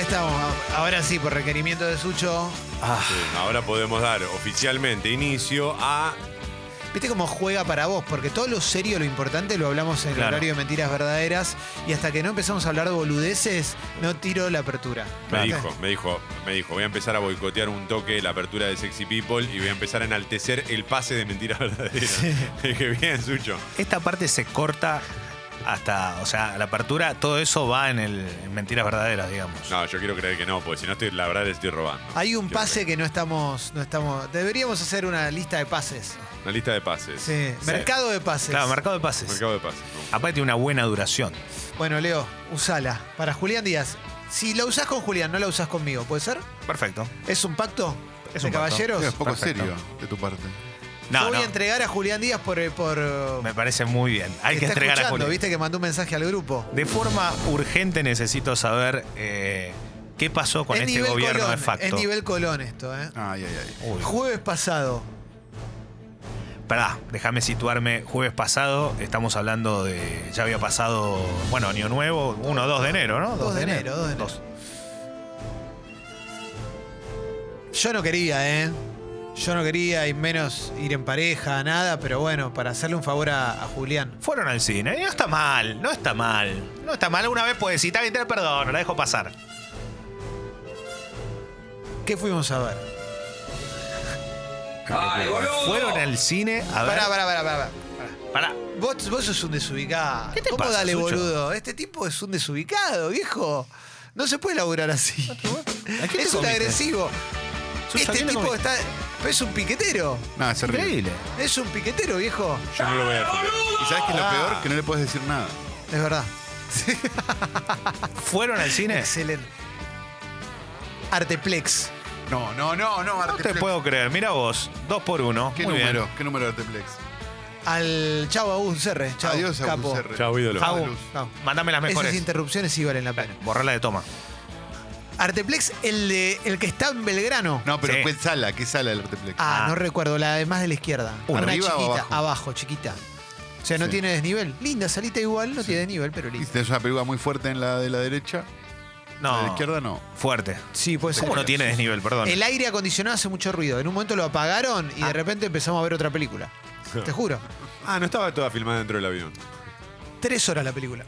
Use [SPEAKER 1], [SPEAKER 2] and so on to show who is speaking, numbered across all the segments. [SPEAKER 1] estamos. Ahora sí, por requerimiento de Sucho.
[SPEAKER 2] Sí, Ahora podemos dar oficialmente inicio a.
[SPEAKER 1] Viste cómo juega para vos, porque todo lo serio, lo importante, lo hablamos en
[SPEAKER 3] Claro.
[SPEAKER 1] el horario de mentiras verdaderas. Y hasta que no empezamos a hablar de boludeces, no tiro la apertura.
[SPEAKER 2] Me
[SPEAKER 1] ¿Viste?
[SPEAKER 2] dijo, me dijo, me dijo, voy a empezar a boicotear un toque la apertura de Sexy People y voy a empezar a enaltecer el pase de mentiras verdaderas. Dije, bien, Sucho.
[SPEAKER 3] Esta parte se corta hasta, o sea, la apertura, todo eso va en el en mentiras verdaderas, digamos.
[SPEAKER 2] No, yo quiero creer que no, porque si no estoy, la verdad estoy robando.
[SPEAKER 1] Hay un
[SPEAKER 2] Quiero
[SPEAKER 1] pase que no estamos, no estamos. Deberíamos hacer una lista de pases.
[SPEAKER 2] creer. Una lista de pases.
[SPEAKER 1] Sí. Mercado de pases.
[SPEAKER 3] Claro, mercado de pases.
[SPEAKER 2] Mercado de pases. ¿no?
[SPEAKER 3] Aparte tiene una buena duración.
[SPEAKER 1] Bueno, Leo, usala. Para Julián Díaz. Si la usás con Julián, no la usás conmigo, ¿puede ser?
[SPEAKER 3] Perfecto.
[SPEAKER 1] ¿Es un pacto?
[SPEAKER 3] Es
[SPEAKER 1] de
[SPEAKER 3] un pacto.
[SPEAKER 1] caballeros?
[SPEAKER 4] Es poco
[SPEAKER 3] Perfecto.
[SPEAKER 4] serio de tu parte.
[SPEAKER 1] Yo
[SPEAKER 3] No,
[SPEAKER 1] voy
[SPEAKER 3] no,
[SPEAKER 1] a entregar a Julián Díaz por. por
[SPEAKER 3] me parece muy bien. Hay que
[SPEAKER 1] está
[SPEAKER 3] entregar a
[SPEAKER 1] escuchando,
[SPEAKER 3] Julián.
[SPEAKER 1] viste que mandó un mensaje al grupo.
[SPEAKER 3] De forma urgente necesito saber eh, qué pasó con
[SPEAKER 1] Es
[SPEAKER 3] este
[SPEAKER 1] nivel
[SPEAKER 3] gobierno
[SPEAKER 1] Colón,
[SPEAKER 3] de facto.
[SPEAKER 1] Es nivel Colón esto, ¿eh?
[SPEAKER 4] Ay, ay, ay.
[SPEAKER 3] Uy, ju-
[SPEAKER 1] Jueves pasado.
[SPEAKER 3] pará, déjame situarme. Jueves pasado, estamos hablando de. Ya había pasado, bueno, Año Nuevo, 1 2 de enero, ¿no?
[SPEAKER 1] 2 de enero, 2 de enero. Yo no quería, ¿eh? Yo no quería, y menos ir en pareja, nada, pero bueno, para hacerle un favor a, a Julián.
[SPEAKER 3] Fueron al cine. y No está mal, no está mal. No está mal. Una vez puede citar y tener perdón, la dejo pasar.
[SPEAKER 1] ¿Qué fuimos a ver?
[SPEAKER 3] Fueron al cine a ver.
[SPEAKER 1] Pará, pará, pará, pará.
[SPEAKER 3] pará.
[SPEAKER 1] Vos, vos sos un desubicado.
[SPEAKER 3] ¿Qué te
[SPEAKER 1] ¿Cómo
[SPEAKER 3] pasa,
[SPEAKER 1] dale,
[SPEAKER 3] Sucho?
[SPEAKER 1] boludo? Este tipo es un desubicado, viejo. No se puede laburar así.
[SPEAKER 3] ¿A quién te
[SPEAKER 1] Es un
[SPEAKER 3] comiste?
[SPEAKER 1] agresivo.
[SPEAKER 3] Sucho, ¿a
[SPEAKER 1] Este
[SPEAKER 3] quién te
[SPEAKER 1] tipo
[SPEAKER 3] comiste?
[SPEAKER 1] está. Es un piquetero.
[SPEAKER 4] Nada, es horrible.
[SPEAKER 3] Increíble.
[SPEAKER 1] Es un piquetero, viejo.
[SPEAKER 2] Yo no lo voy a defender.
[SPEAKER 4] Y sabes que lo peor, que no le puedes decir nada.
[SPEAKER 1] Es verdad.
[SPEAKER 3] Fueron al cine.
[SPEAKER 1] Excelente. Arteplex.
[SPEAKER 4] No, no, no, no,
[SPEAKER 3] No te
[SPEAKER 4] Arteplex.
[SPEAKER 3] puedo creer. Mira vos, dos por uno.
[SPEAKER 4] ¿Qué
[SPEAKER 3] Muy bien.
[SPEAKER 4] número? ¿Qué número Arteplex?
[SPEAKER 1] Al chau Agus Cerre. Chau,
[SPEAKER 4] Adiós,
[SPEAKER 1] capo.
[SPEAKER 4] Agus
[SPEAKER 2] Chau, ídolo.
[SPEAKER 4] Chau.
[SPEAKER 3] Agus.
[SPEAKER 1] Chau.
[SPEAKER 3] Mándame las
[SPEAKER 1] Esas
[SPEAKER 3] mejores.
[SPEAKER 1] interrupciones sí valen la pena.
[SPEAKER 3] Borrala de toma.
[SPEAKER 1] Arteplex, el de el que está en Belgrano.
[SPEAKER 4] No, pero
[SPEAKER 3] Sí.
[SPEAKER 4] ¿qué sala? ¿Qué sala el Arteplex?
[SPEAKER 1] Ah,
[SPEAKER 3] Ah.
[SPEAKER 1] no recuerdo, la de más de la izquierda.
[SPEAKER 4] Uno.
[SPEAKER 1] Una
[SPEAKER 4] ¿Arriba o
[SPEAKER 1] chiquita,
[SPEAKER 4] abajo?
[SPEAKER 1] chiquita. O sea, no
[SPEAKER 4] Sí.
[SPEAKER 1] tiene desnivel. Linda, salita igual, no tiene desnivel, pero
[SPEAKER 4] Y si
[SPEAKER 1] linda.
[SPEAKER 4] tenés una película muy fuerte en la de la derecha,
[SPEAKER 3] No.
[SPEAKER 4] la de la izquierda no.
[SPEAKER 3] Fuerte. Pues,
[SPEAKER 1] Sí, puede ser.
[SPEAKER 3] ¿Cómo no tiene desnivel? Perdón. Ah.
[SPEAKER 1] El aire acondicionado hace mucho ruido. En un momento lo apagaron y de repente empezamos a ver otra película. Te juro.
[SPEAKER 2] Ah, no estaba toda filmada dentro del avión.
[SPEAKER 1] Tres horas la película.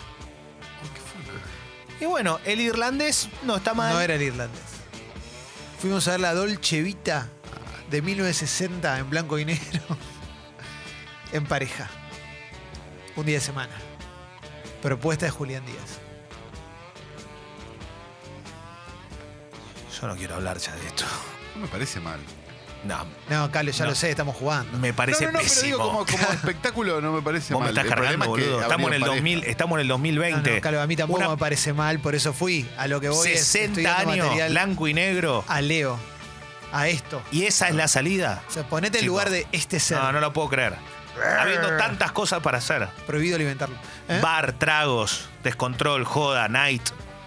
[SPEAKER 3] Y bueno, el irlandés no está mal.
[SPEAKER 1] No era el irlandés. Fuimos a ver la Dolce Vita de 1960 en blanco y negro. En pareja. Un día de semana. Propuesta de Julián Díaz.
[SPEAKER 3] Yo no quiero hablar ya de esto.
[SPEAKER 4] No me parece mal.
[SPEAKER 3] No,
[SPEAKER 1] No, Carlos, ya
[SPEAKER 3] No.
[SPEAKER 1] lo sé, estamos jugando.
[SPEAKER 3] me parece
[SPEAKER 4] no, no, no, pero
[SPEAKER 3] pésimo.
[SPEAKER 4] digo como, como espectáculo no me parece
[SPEAKER 3] Vos me
[SPEAKER 4] mal.
[SPEAKER 3] estás
[SPEAKER 4] El
[SPEAKER 3] cargando,
[SPEAKER 4] problema es que
[SPEAKER 3] boludo. Estamos en, el
[SPEAKER 4] habría
[SPEAKER 3] 2000,
[SPEAKER 4] pareja.
[SPEAKER 3] estamos en el
[SPEAKER 1] No,
[SPEAKER 3] 2020.
[SPEAKER 1] no, Carlos, a mí tampoco
[SPEAKER 3] Una
[SPEAKER 1] me parece mal, por eso fui. A lo que voy es, estoy
[SPEAKER 3] 60
[SPEAKER 1] dando
[SPEAKER 3] años,
[SPEAKER 1] material Ah.
[SPEAKER 3] blanco y negro.
[SPEAKER 1] a Leo, a esto.
[SPEAKER 3] Y esa es la salida.
[SPEAKER 1] O sea, ponete en
[SPEAKER 3] Chico.
[SPEAKER 1] lugar de este ser.
[SPEAKER 3] No, no lo puedo creer. Habiendo tantas cosas para hacer.
[SPEAKER 1] Prohibido alimentarlo. ¿Eh?
[SPEAKER 3] Bar, tragos, descontrol, joda, night,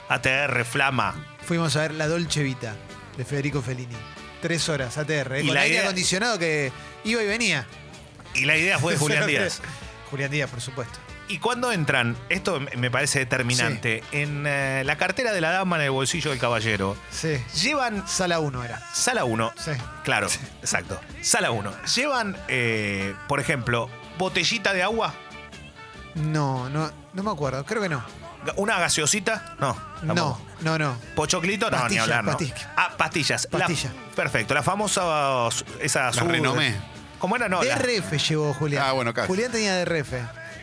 [SPEAKER 3] ATR, flama.
[SPEAKER 1] Fuimos a ver La Dolce Vita de Federico Fellini. Tres horas, ATR. ¿eh?
[SPEAKER 3] Y
[SPEAKER 1] Con
[SPEAKER 3] la
[SPEAKER 1] aire
[SPEAKER 3] idea-
[SPEAKER 1] acondicionado que iba y venía.
[SPEAKER 3] Y la idea fue de Pues Julián Díaz.
[SPEAKER 1] Julián Díaz, por supuesto.
[SPEAKER 3] ¿Y cuando entran? Esto me- me parece determinante. En eh, la cartera de la dama en el bolsillo del caballero.
[SPEAKER 1] Sí.
[SPEAKER 3] Llevan
[SPEAKER 1] Sala 1 era.
[SPEAKER 3] sala 1.
[SPEAKER 1] Sí.
[SPEAKER 3] Claro, exacto. Sala 1. Llevan, eh, por ejemplo, botellita de agua,
[SPEAKER 1] No, no, no me acuerdo. Creo que no.
[SPEAKER 3] ga- una gaseosita. No,
[SPEAKER 1] No,
[SPEAKER 3] tampoco.
[SPEAKER 1] no, no.
[SPEAKER 3] Pochoclito, no, ni
[SPEAKER 1] Pastillas,
[SPEAKER 3] hablar. no.
[SPEAKER 1] pastillas.
[SPEAKER 3] Ah, pastillas. La-
[SPEAKER 1] Pastillas.
[SPEAKER 3] perfecto. La famosa. Esa azul.
[SPEAKER 4] Renomé.
[SPEAKER 3] ¿Cómo era? No. la-
[SPEAKER 1] DRF llevó Julián.
[SPEAKER 4] Ah, bueno, casi.
[SPEAKER 1] Julián tenía DRF.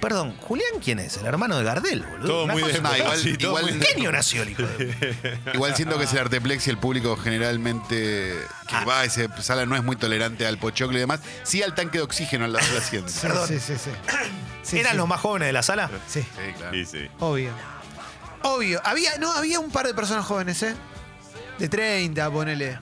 [SPEAKER 3] perdón, Julián, ¿quién es? El hermano de Gardel, boludo.
[SPEAKER 2] Todo
[SPEAKER 3] Una
[SPEAKER 2] muy
[SPEAKER 3] cosa-
[SPEAKER 2] de
[SPEAKER 4] no, igual-
[SPEAKER 2] sí, todo
[SPEAKER 4] igual-
[SPEAKER 2] muy-
[SPEAKER 3] ¿En qué año nació el hijo de.?
[SPEAKER 4] Igual siento que es el Arteplex y el público generalmente que
[SPEAKER 3] Ah.
[SPEAKER 4] va a esa sala no es muy tolerante al pochoclo y demás. Sí al tanque de oxígeno al lado de la asiento.
[SPEAKER 1] Sí, Sí, sí, sí. Sí,
[SPEAKER 3] ¿Eran
[SPEAKER 1] sí.
[SPEAKER 3] los más jóvenes de la sala?
[SPEAKER 1] Sí,
[SPEAKER 4] Sí, claro.
[SPEAKER 2] Sí, sí.
[SPEAKER 1] obvio. Obvio. Había, no, había un par de personas jóvenes, ¿eh? De 30, ponele.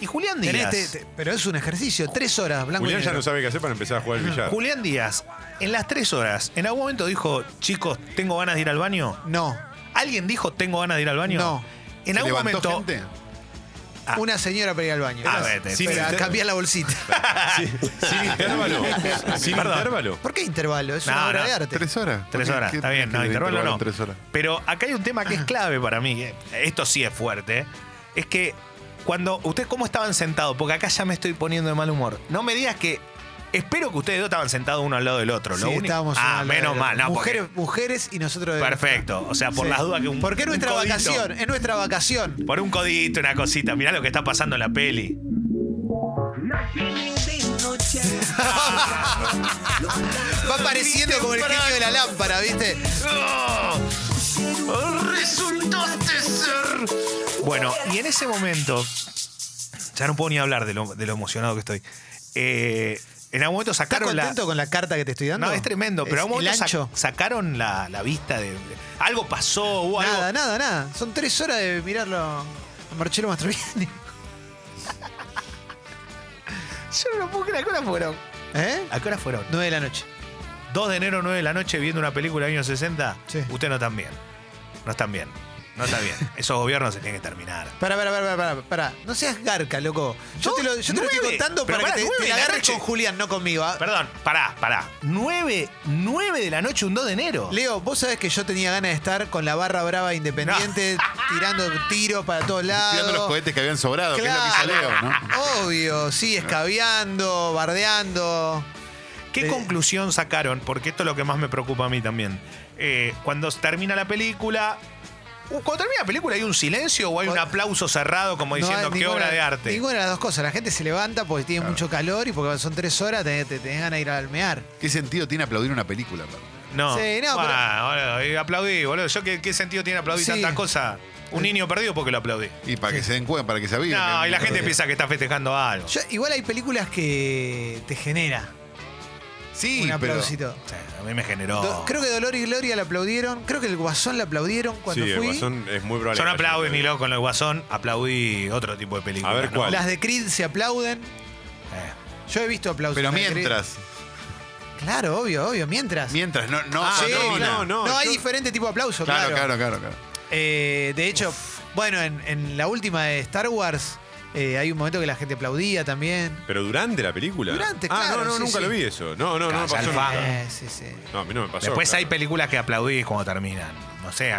[SPEAKER 3] Y Julián
[SPEAKER 1] Tenés este,
[SPEAKER 3] Díaz.
[SPEAKER 1] te- te- pero es un ejercicio, tres horas, blanco
[SPEAKER 2] Julián
[SPEAKER 1] y
[SPEAKER 2] ya
[SPEAKER 1] negro.
[SPEAKER 2] no sabe qué hacer para empezar a jugar al billar.
[SPEAKER 3] Julián Díaz, en las tres horas, en algún momento dijo, chicos, tengo ganas de ir al baño.
[SPEAKER 1] No,
[SPEAKER 3] ¿Alguien dijo tengo ganas de ir al baño?
[SPEAKER 1] No.
[SPEAKER 3] En
[SPEAKER 4] ¿Se
[SPEAKER 3] algún
[SPEAKER 4] levantó
[SPEAKER 3] momento.
[SPEAKER 4] gente?
[SPEAKER 1] una señora para ir al baño.
[SPEAKER 3] Ah, vete,
[SPEAKER 1] Sin-
[SPEAKER 2] vete.
[SPEAKER 1] cambiar la bolsita.
[SPEAKER 2] Sin intervalo. Sin
[SPEAKER 3] Perdón.
[SPEAKER 2] intervalo.
[SPEAKER 1] ¿Por qué intervalo? Es una
[SPEAKER 3] No,
[SPEAKER 1] obra
[SPEAKER 3] no.
[SPEAKER 1] de arte.
[SPEAKER 4] Tres horas.
[SPEAKER 3] Tres
[SPEAKER 4] ¿Por qué-
[SPEAKER 3] horas,
[SPEAKER 4] qué
[SPEAKER 3] está bien,
[SPEAKER 4] tenés
[SPEAKER 3] no,
[SPEAKER 4] que
[SPEAKER 3] intervalo no.
[SPEAKER 4] en Tres horas.
[SPEAKER 3] Pero acá hay un tema que es clave para mí, que esto sí es fuerte, ¿eh? es que cuando ustedes cómo estaban sentados, porque acá ya me estoy poniendo de mal humor, no me digas que espero que ustedes dos estaban sentados uno al lado del otro,
[SPEAKER 1] Sí,
[SPEAKER 3] lo único-
[SPEAKER 1] estábamos uno
[SPEAKER 3] ah,
[SPEAKER 1] al lado
[SPEAKER 3] menos
[SPEAKER 1] del
[SPEAKER 3] mal,
[SPEAKER 1] otro.
[SPEAKER 3] no, porque-
[SPEAKER 1] mujeres, mujeres y nosotros. de-
[SPEAKER 3] perfecto, o sea, por
[SPEAKER 1] Sí.
[SPEAKER 3] las dudas que un
[SPEAKER 1] Porque es
[SPEAKER 3] un
[SPEAKER 1] nuestra
[SPEAKER 3] codito-
[SPEAKER 1] vacación, es nuestra vacación.
[SPEAKER 3] Por un codito, una cosita, mirá lo que está pasando en la peli.
[SPEAKER 1] Va apareciendo como el genio de la lámpara, ¿viste?
[SPEAKER 3] Resultaste ser. Bueno, y en ese momento, ya no puedo ni hablar de lo, de lo emocionado que estoy. Eh, en algún momento
[SPEAKER 1] ¿Estás
[SPEAKER 3] sacaron
[SPEAKER 1] contento
[SPEAKER 3] la.
[SPEAKER 1] con la carta que te estoy dando?
[SPEAKER 3] No, es tremendo, pero en
[SPEAKER 1] Es
[SPEAKER 3] algún
[SPEAKER 1] el
[SPEAKER 3] momento sac-
[SPEAKER 1] ancho.
[SPEAKER 3] sacaron la, la vista de. Algo pasó, hubo algo.
[SPEAKER 1] Nada, nada, nada. Son tres horas de mirarlo a Marcelo Mastroianni.
[SPEAKER 3] Yo no lo puedo creer, ¿a qué hora fueron?
[SPEAKER 1] ¿Eh?
[SPEAKER 3] ¿A qué hora fueron?
[SPEAKER 1] Nueve de la noche.
[SPEAKER 3] 2 de enero, 9 de la noche, viendo una película de años 60.
[SPEAKER 1] Sí.
[SPEAKER 3] Usted no están bien. No están bien. No está bien. Esos gobiernos se tienen que terminar.
[SPEAKER 1] Pará, pará, pará, pará, pará. No seas garca, loco. Yo
[SPEAKER 3] No,
[SPEAKER 1] te lo, yo te lo estoy
[SPEAKER 3] nueve.
[SPEAKER 1] contando
[SPEAKER 3] Pero
[SPEAKER 1] para,
[SPEAKER 3] pará,
[SPEAKER 1] que te-
[SPEAKER 3] nueve
[SPEAKER 1] te,
[SPEAKER 3] de
[SPEAKER 1] la
[SPEAKER 3] la
[SPEAKER 1] agarres
[SPEAKER 3] noche.
[SPEAKER 1] con Julián, no conmigo. ¿ah?
[SPEAKER 3] Perdón, pará, pará. 9, 9 de la noche, un 2 de enero.
[SPEAKER 1] Leo, vos sabés que yo tenía ganas de estar con la barra brava independiente, tirando tiros para todos lados.
[SPEAKER 4] Tirando los cohetes que habían sobrado, que es lo que hizo Leo, ¿no?
[SPEAKER 1] Obvio, sí, escabeando, bardeando.
[SPEAKER 3] ¿Qué
[SPEAKER 1] Eh.
[SPEAKER 3] conclusión sacaron? Porque esto es lo que más me preocupa a mí también. Eh, cuando termina la película. uh, Cuando termina la película, ¿hay un silencio o hay un
[SPEAKER 1] Cuando-
[SPEAKER 3] aplauso cerrado como diciendo
[SPEAKER 1] No,
[SPEAKER 3] qué
[SPEAKER 1] ninguna-
[SPEAKER 3] obra de arte?
[SPEAKER 1] Ninguna de las dos cosas. La gente se levanta porque tiene mucho calor y porque son tres horas te, te- tenés ganas de ir al mear.
[SPEAKER 4] ¿Qué sentido tiene aplaudir una película? Pablo?
[SPEAKER 3] No.
[SPEAKER 1] Sí, no,
[SPEAKER 3] Buah,
[SPEAKER 1] pero-
[SPEAKER 3] boludo, y aplaudí, boludo. ¿Yo qué, qué sentido tiene aplaudir
[SPEAKER 1] Sí.
[SPEAKER 3] tantas cosas? Un niño perdido porque lo aplaudí.
[SPEAKER 4] Y para que se den cuenta, para que se avisen.
[SPEAKER 3] No, y la gente piensa
[SPEAKER 4] empieza
[SPEAKER 3] que está festejando algo.
[SPEAKER 1] Yo- igual hay películas que te genera
[SPEAKER 4] Sí,
[SPEAKER 1] un
[SPEAKER 4] pero.
[SPEAKER 1] aplausito.
[SPEAKER 3] Sí, a mí me generó.
[SPEAKER 2] Ah.
[SPEAKER 1] Do- creo que Dolor y Gloria la aplaudieron. Creo que el Guasón la aplaudieron cuando
[SPEAKER 2] sí, el
[SPEAKER 1] fui.
[SPEAKER 2] Guasón es muy probable.
[SPEAKER 3] Yo no
[SPEAKER 2] que haya
[SPEAKER 3] aplaudí ni
[SPEAKER 2] aplaudido.
[SPEAKER 3] loco con el guasón, aplaudí otro tipo de película.
[SPEAKER 2] A ver,
[SPEAKER 3] ¿no?
[SPEAKER 2] ¿cuál?
[SPEAKER 1] Las de Creed se aplauden.
[SPEAKER 3] Eh.
[SPEAKER 1] Yo he visto aplausos.
[SPEAKER 4] Pero
[SPEAKER 1] de Creed.
[SPEAKER 4] mientras.
[SPEAKER 1] Claro, obvio, obvio, mientras.
[SPEAKER 4] Mientras, no, no,
[SPEAKER 1] Ah,
[SPEAKER 4] no,
[SPEAKER 1] sí,
[SPEAKER 4] no,
[SPEAKER 1] no,
[SPEAKER 2] no, no,
[SPEAKER 1] hay
[SPEAKER 2] yo-
[SPEAKER 1] diferente tipo de aplauso, claro.
[SPEAKER 4] Claro, claro, claro, claro.
[SPEAKER 1] Eh, de hecho, bueno, en, en la última de Star Wars eh, hay un momento que la gente aplaudía también.
[SPEAKER 2] Pero durante la película.
[SPEAKER 1] Durante,
[SPEAKER 2] ah,
[SPEAKER 1] claro,
[SPEAKER 2] no, no,
[SPEAKER 1] sí,
[SPEAKER 2] nunca
[SPEAKER 1] sí.
[SPEAKER 2] lo vi eso. No, no, no,
[SPEAKER 3] Casa
[SPEAKER 2] pasó
[SPEAKER 3] Alfama.
[SPEAKER 2] nunca.
[SPEAKER 1] Eh, sí, sí.
[SPEAKER 2] No, a mí no me pasó.
[SPEAKER 3] Después hay
[SPEAKER 2] claro.
[SPEAKER 3] películas que aplaudís cuando terminan. No sé.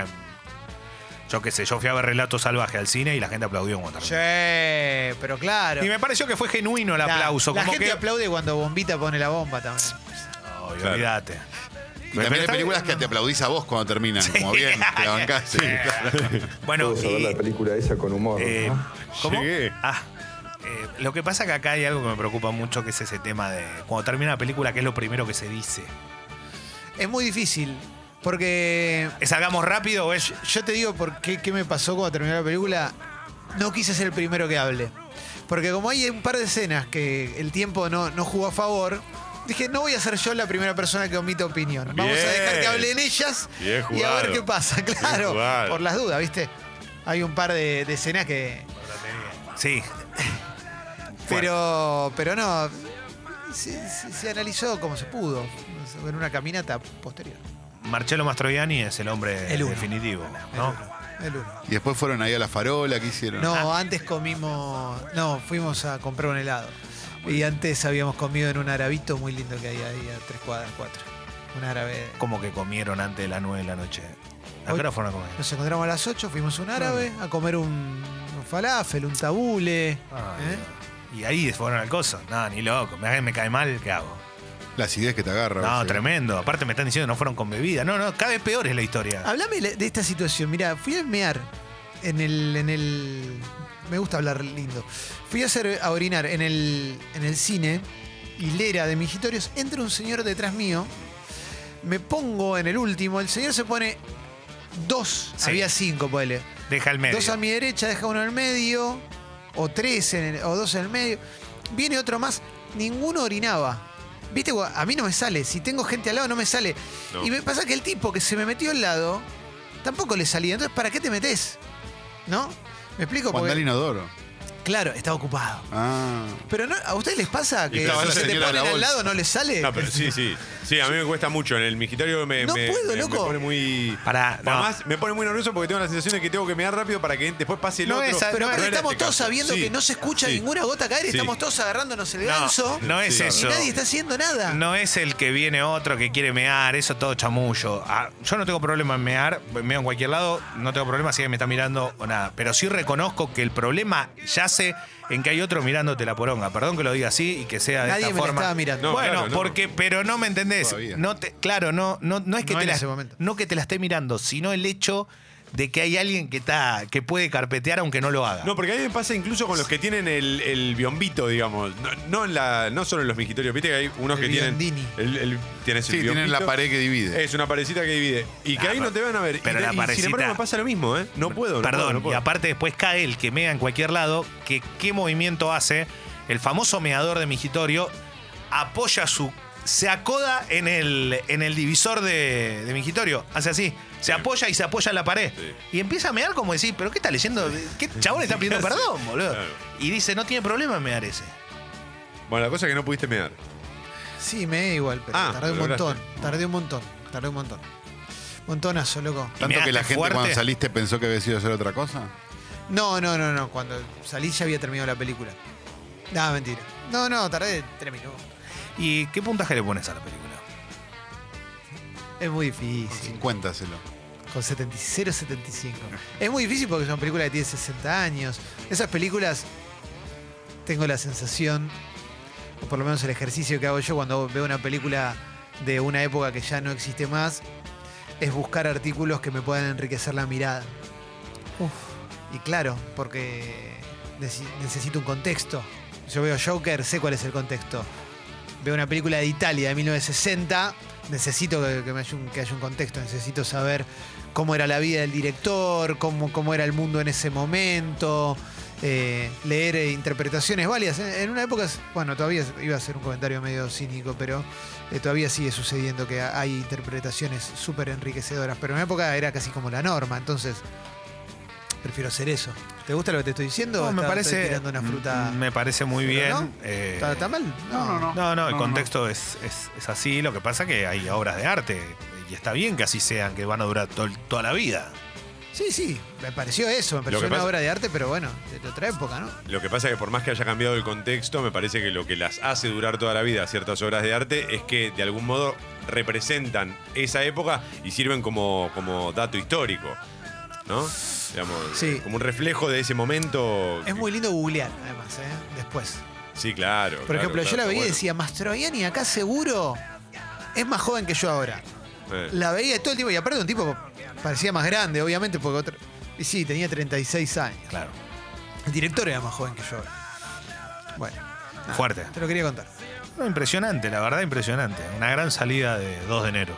[SPEAKER 3] Yo qué sé, yo fui a ver Relato Salvaje al cine y la gente aplaudió cuando
[SPEAKER 1] Sí,
[SPEAKER 3] terminó.
[SPEAKER 1] pero claro.
[SPEAKER 3] Y me pareció que fue genuino el
[SPEAKER 1] La-
[SPEAKER 3] aplauso.
[SPEAKER 1] La,
[SPEAKER 3] como
[SPEAKER 1] gente
[SPEAKER 3] que.
[SPEAKER 1] aplaude cuando Bombita pone la bomba también.
[SPEAKER 3] Ay,
[SPEAKER 2] Claro.
[SPEAKER 3] olvídate.
[SPEAKER 4] Y también hay películas que te aplaudís a vos cuando terminan. Como bien, te la bancás. Sí, claro.
[SPEAKER 3] Bueno,
[SPEAKER 5] Vamos a ver
[SPEAKER 3] y,
[SPEAKER 5] la película esa con humor.
[SPEAKER 3] eh,
[SPEAKER 5] ¿no?
[SPEAKER 3] ¿cómo?
[SPEAKER 2] Llegué.
[SPEAKER 3] Ah, eh, lo que pasa que acá hay algo que me preocupa mucho, que es ese tema de cuando termina la película, ¿qué es lo primero que se dice?
[SPEAKER 1] Es muy difícil. Porque
[SPEAKER 3] ¿Es salgamos rápido o es
[SPEAKER 1] yo te digo por qué, qué me pasó cuando terminó la película. No quise ser el primero que hable. Porque como hay un par de escenas que el tiempo no, no jugó a favor, dije, no voy a ser yo la primera persona que omite opinión. Vamos a dejar que
[SPEAKER 2] Bien.
[SPEAKER 1] hablen ellas
[SPEAKER 2] Bien
[SPEAKER 1] y a ver
[SPEAKER 2] jugado.
[SPEAKER 1] qué pasa.
[SPEAKER 2] Bien
[SPEAKER 1] Claro,
[SPEAKER 2] jugado.
[SPEAKER 1] por las dudas, ¿viste? Hay un par de, de escenas que...
[SPEAKER 3] Sí.
[SPEAKER 1] Pero, pero no... Se, se- se analizó como se pudo en una caminata posterior.
[SPEAKER 3] Marcelo Mastroianni es el hombre
[SPEAKER 1] El uno.
[SPEAKER 3] definitivo,
[SPEAKER 1] El
[SPEAKER 3] ¿no?
[SPEAKER 1] uno, el uno.
[SPEAKER 4] Y después fueron ahí a la farola, ¿qué hicieron?
[SPEAKER 1] No, antes comimos. No, fuimos a comprar un helado. Y antes habíamos comido en un arabito muy lindo que hay ahí a tres cuadras, cuatro. Un árabe.
[SPEAKER 3] Como que comieron antes de las 9 de la noche. ¿A
[SPEAKER 1] Hoy-
[SPEAKER 3] qué hora fueron a comer?
[SPEAKER 1] Nos encontramos a las 8, fuimos a un árabe a comer un, un falafel, un tabule.
[SPEAKER 3] Ay,
[SPEAKER 1] ¿eh?
[SPEAKER 3] Dios. Y ahí fueron al coso. No, ni loco. Me, me cae mal, ¿qué hago?
[SPEAKER 4] Las ideas que te
[SPEAKER 1] Ah,
[SPEAKER 4] agarran.
[SPEAKER 3] No,
[SPEAKER 4] ¿sí?
[SPEAKER 3] tremendo. Aparte me están diciendo que no fueron con bebida. No, no, cada vez peor es la historia.
[SPEAKER 1] Hablame la- de esta situación. Mira, fui a mear en el, en el. Me gusta hablar lindo. Fui a hacer a orinar en el, en el cine, hilera de mijitorios. Entra un señor detrás mío. Me pongo en el último. El señor se pone dos.
[SPEAKER 3] Sí.
[SPEAKER 1] Había cinco, ponele.
[SPEAKER 3] Deja el medio.
[SPEAKER 1] Dos a mi derecha, deja uno en el medio. O tres en el- o dos en el medio. Viene otro más. Ninguno orinaba. Viste, a mí no me sale. Si tengo gente al lado, no me sale.
[SPEAKER 2] No.
[SPEAKER 1] Y me pasa que el tipo que se me metió al lado, tampoco le salía. Entonces, ¿para qué te metes? ¿No? ¿Me explico?
[SPEAKER 4] Cuando al
[SPEAKER 1] Porque,
[SPEAKER 4] inodoro.
[SPEAKER 1] Claro, estaba ocupado.
[SPEAKER 4] Ah.
[SPEAKER 1] Pero no, ¿a ustedes les pasa que
[SPEAKER 2] estaba
[SPEAKER 1] si
[SPEAKER 2] la
[SPEAKER 1] se te
[SPEAKER 2] señora de
[SPEAKER 1] ponen
[SPEAKER 2] la
[SPEAKER 1] al
[SPEAKER 2] bolsa.
[SPEAKER 1] lado no les sale?
[SPEAKER 2] No, pero sí, sí. Sí, a mí me cuesta mucho. En el migitorio me,
[SPEAKER 1] No
[SPEAKER 2] me-
[SPEAKER 1] puedo,
[SPEAKER 2] me- me
[SPEAKER 1] loco.
[SPEAKER 2] pone muy.
[SPEAKER 3] Pará, no.
[SPEAKER 2] Además, me pone muy nervioso porque tengo la sensación de que tengo que mirar rápido para que después pase el
[SPEAKER 3] No
[SPEAKER 2] otro.
[SPEAKER 3] es a-
[SPEAKER 1] pero
[SPEAKER 3] no,
[SPEAKER 1] aparte
[SPEAKER 2] era
[SPEAKER 1] estamos
[SPEAKER 2] este
[SPEAKER 1] todos
[SPEAKER 2] caso.
[SPEAKER 1] sabiendo
[SPEAKER 2] Sí,
[SPEAKER 1] que no se escucha
[SPEAKER 2] sí.
[SPEAKER 1] ninguna gota caer,
[SPEAKER 2] Sí.
[SPEAKER 1] estamos todos agarrándonos el
[SPEAKER 3] No,
[SPEAKER 1] ganso
[SPEAKER 3] no es
[SPEAKER 2] Sí,
[SPEAKER 1] y
[SPEAKER 3] eso.
[SPEAKER 1] nadie está haciendo nada.
[SPEAKER 3] No es el que viene otro que quiere mear, eso todo chamullo. Ah, yo no tengo problema en mear, meo en cualquier lado, no tengo problema si alguien me está mirando o nada. Pero sí reconozco que el problema yace en que hay otro mirándote la poronga. Perdón que lo diga así y que sea de
[SPEAKER 1] Nadie
[SPEAKER 3] esta
[SPEAKER 1] me la
[SPEAKER 3] forma.
[SPEAKER 1] estaba mirando.
[SPEAKER 2] No,
[SPEAKER 3] bueno,
[SPEAKER 2] claro, no.
[SPEAKER 3] porque, pero no me entendés.
[SPEAKER 4] Todavía.
[SPEAKER 3] No te, claro, no, no, no es que
[SPEAKER 1] No
[SPEAKER 3] te
[SPEAKER 1] en
[SPEAKER 3] la,
[SPEAKER 1] ese momento.
[SPEAKER 3] no que te la esté mirando, sino el hecho de que hay alguien que está, que puede carpetear aunque no lo haga.
[SPEAKER 2] No, porque a mí me pasa incluso con los que tienen el, el biombito, digamos. No, no, en la, no solo en los migitorios, viste que hay unos
[SPEAKER 1] El
[SPEAKER 2] que
[SPEAKER 1] biondini.
[SPEAKER 2] tienen. El, el, tienes el
[SPEAKER 4] Sí, tienen la
[SPEAKER 2] biombito.
[SPEAKER 4] pared que divide.
[SPEAKER 2] Es una parecita que divide. Y que ahí no te van a ver. Y
[SPEAKER 3] Ah, pero
[SPEAKER 2] de-
[SPEAKER 3] la
[SPEAKER 2] y
[SPEAKER 3] parecita-
[SPEAKER 2] sin embargo, me pasa lo mismo, ¿eh? No puedo. no
[SPEAKER 3] Perdón,
[SPEAKER 2] puedo, no puedo.
[SPEAKER 3] y aparte después cae el que mea en cualquier lado, que qué movimiento hace. El famoso meador de Migitorio apoya su. Se acoda en el, en el divisor de, de Migitorio. Hace así. Se apoya y se apoya en la pared.
[SPEAKER 2] Sí.
[SPEAKER 3] Y empieza a mear como decir, ¿pero qué está leyendo? ¿Qué chabón está pidiendo
[SPEAKER 2] Sí,
[SPEAKER 3] perdón, boludo?
[SPEAKER 2] claro.
[SPEAKER 3] Y dice, no tiene problema en mear ese.
[SPEAKER 2] Bueno, la cosa es que no pudiste mear.
[SPEAKER 1] Sí, me da igual, pero
[SPEAKER 2] Ah,
[SPEAKER 1] tardé un
[SPEAKER 2] lo lograste.
[SPEAKER 1] montón. Tardé un montón, tardé un montón. Montonazo, loco.
[SPEAKER 4] Tanto que la
[SPEAKER 3] measte
[SPEAKER 4] gente
[SPEAKER 3] fuerte.
[SPEAKER 4] cuando saliste pensó que había sido hacer otra cosa.
[SPEAKER 1] No, no, no, no. Cuando salí ya había terminado la película. Nada, mentira. No, no, tardé tres minutos.
[SPEAKER 3] ¿Y qué puntaje le pones a la película?
[SPEAKER 1] Es muy difícil.
[SPEAKER 4] 50 se lo.
[SPEAKER 1] Con 70, 75. Es muy difícil porque son películas que tienen 60 años. Esas películas, tengo la sensación, o por lo menos el ejercicio que hago yo cuando veo una película de una época que ya no existe más, es buscar artículos que me puedan enriquecer la mirada. Y claro, porque neci- necesito un contexto. Yo veo Joker, sé cuál es el contexto. Veo una película de Italia de 1960, necesito que, que me haya un, que haya un contexto, necesito saber cómo era la vida del director, cómo, cómo era el mundo en ese momento, eh, leer eh, interpretaciones válidas. En, en una época, bueno, todavía iba a ser un comentario medio cínico, pero eh, todavía sigue sucediendo que ha- hay interpretaciones súper enriquecedoras, pero en una época era casi como la norma, entonces prefiero hacer eso. ¿Te gusta lo que te estoy diciendo?
[SPEAKER 3] No,
[SPEAKER 1] o
[SPEAKER 3] me
[SPEAKER 1] está-
[SPEAKER 3] parece.
[SPEAKER 1] estoy tirando una fruta.
[SPEAKER 3] Mm, Me parece muy
[SPEAKER 1] Pero
[SPEAKER 3] bien.
[SPEAKER 1] no,
[SPEAKER 3] eh,
[SPEAKER 1] ¿Está, está mal?
[SPEAKER 3] No, no, el
[SPEAKER 4] No,
[SPEAKER 3] contexto Es, es- es así. Lo que pasa que hay obras de arte. Y está bien que así sean, que van a durar tol- toda la vida.
[SPEAKER 1] Sí, sí, me pareció eso, me pareció
[SPEAKER 2] que
[SPEAKER 1] una
[SPEAKER 2] pasa-
[SPEAKER 1] obra de arte, pero bueno, de, de otra época, ¿no?
[SPEAKER 2] Lo que pasa es que por más que haya cambiado el contexto, me parece que lo que las hace durar toda la vida ciertas obras de arte es que de algún modo representan esa época y sirven como, como dato histórico. ¿No? Digamos,
[SPEAKER 1] Sí.
[SPEAKER 2] como un reflejo de ese momento.
[SPEAKER 1] Es muy lindo googlear, además, ¿eh? Después.
[SPEAKER 2] Sí, claro.
[SPEAKER 1] Por
[SPEAKER 2] claro,
[SPEAKER 1] ejemplo, yo
[SPEAKER 2] claro,
[SPEAKER 1] la veía y
[SPEAKER 2] bueno.
[SPEAKER 1] decía, Mastroianni acá seguro es más joven que yo ahora.
[SPEAKER 2] Eh.
[SPEAKER 1] La veía todo el tiempo, y aparte un tipo parecía más grande, obviamente, porque otro... Y sí, tenía 36 años.
[SPEAKER 3] Claro.
[SPEAKER 1] El director era más joven que yo ahora. Bueno, nada,
[SPEAKER 3] Fuerte.
[SPEAKER 1] te lo quería contar.
[SPEAKER 3] No, impresionante, la verdad, impresionante. Una gran salida de 2 de enero.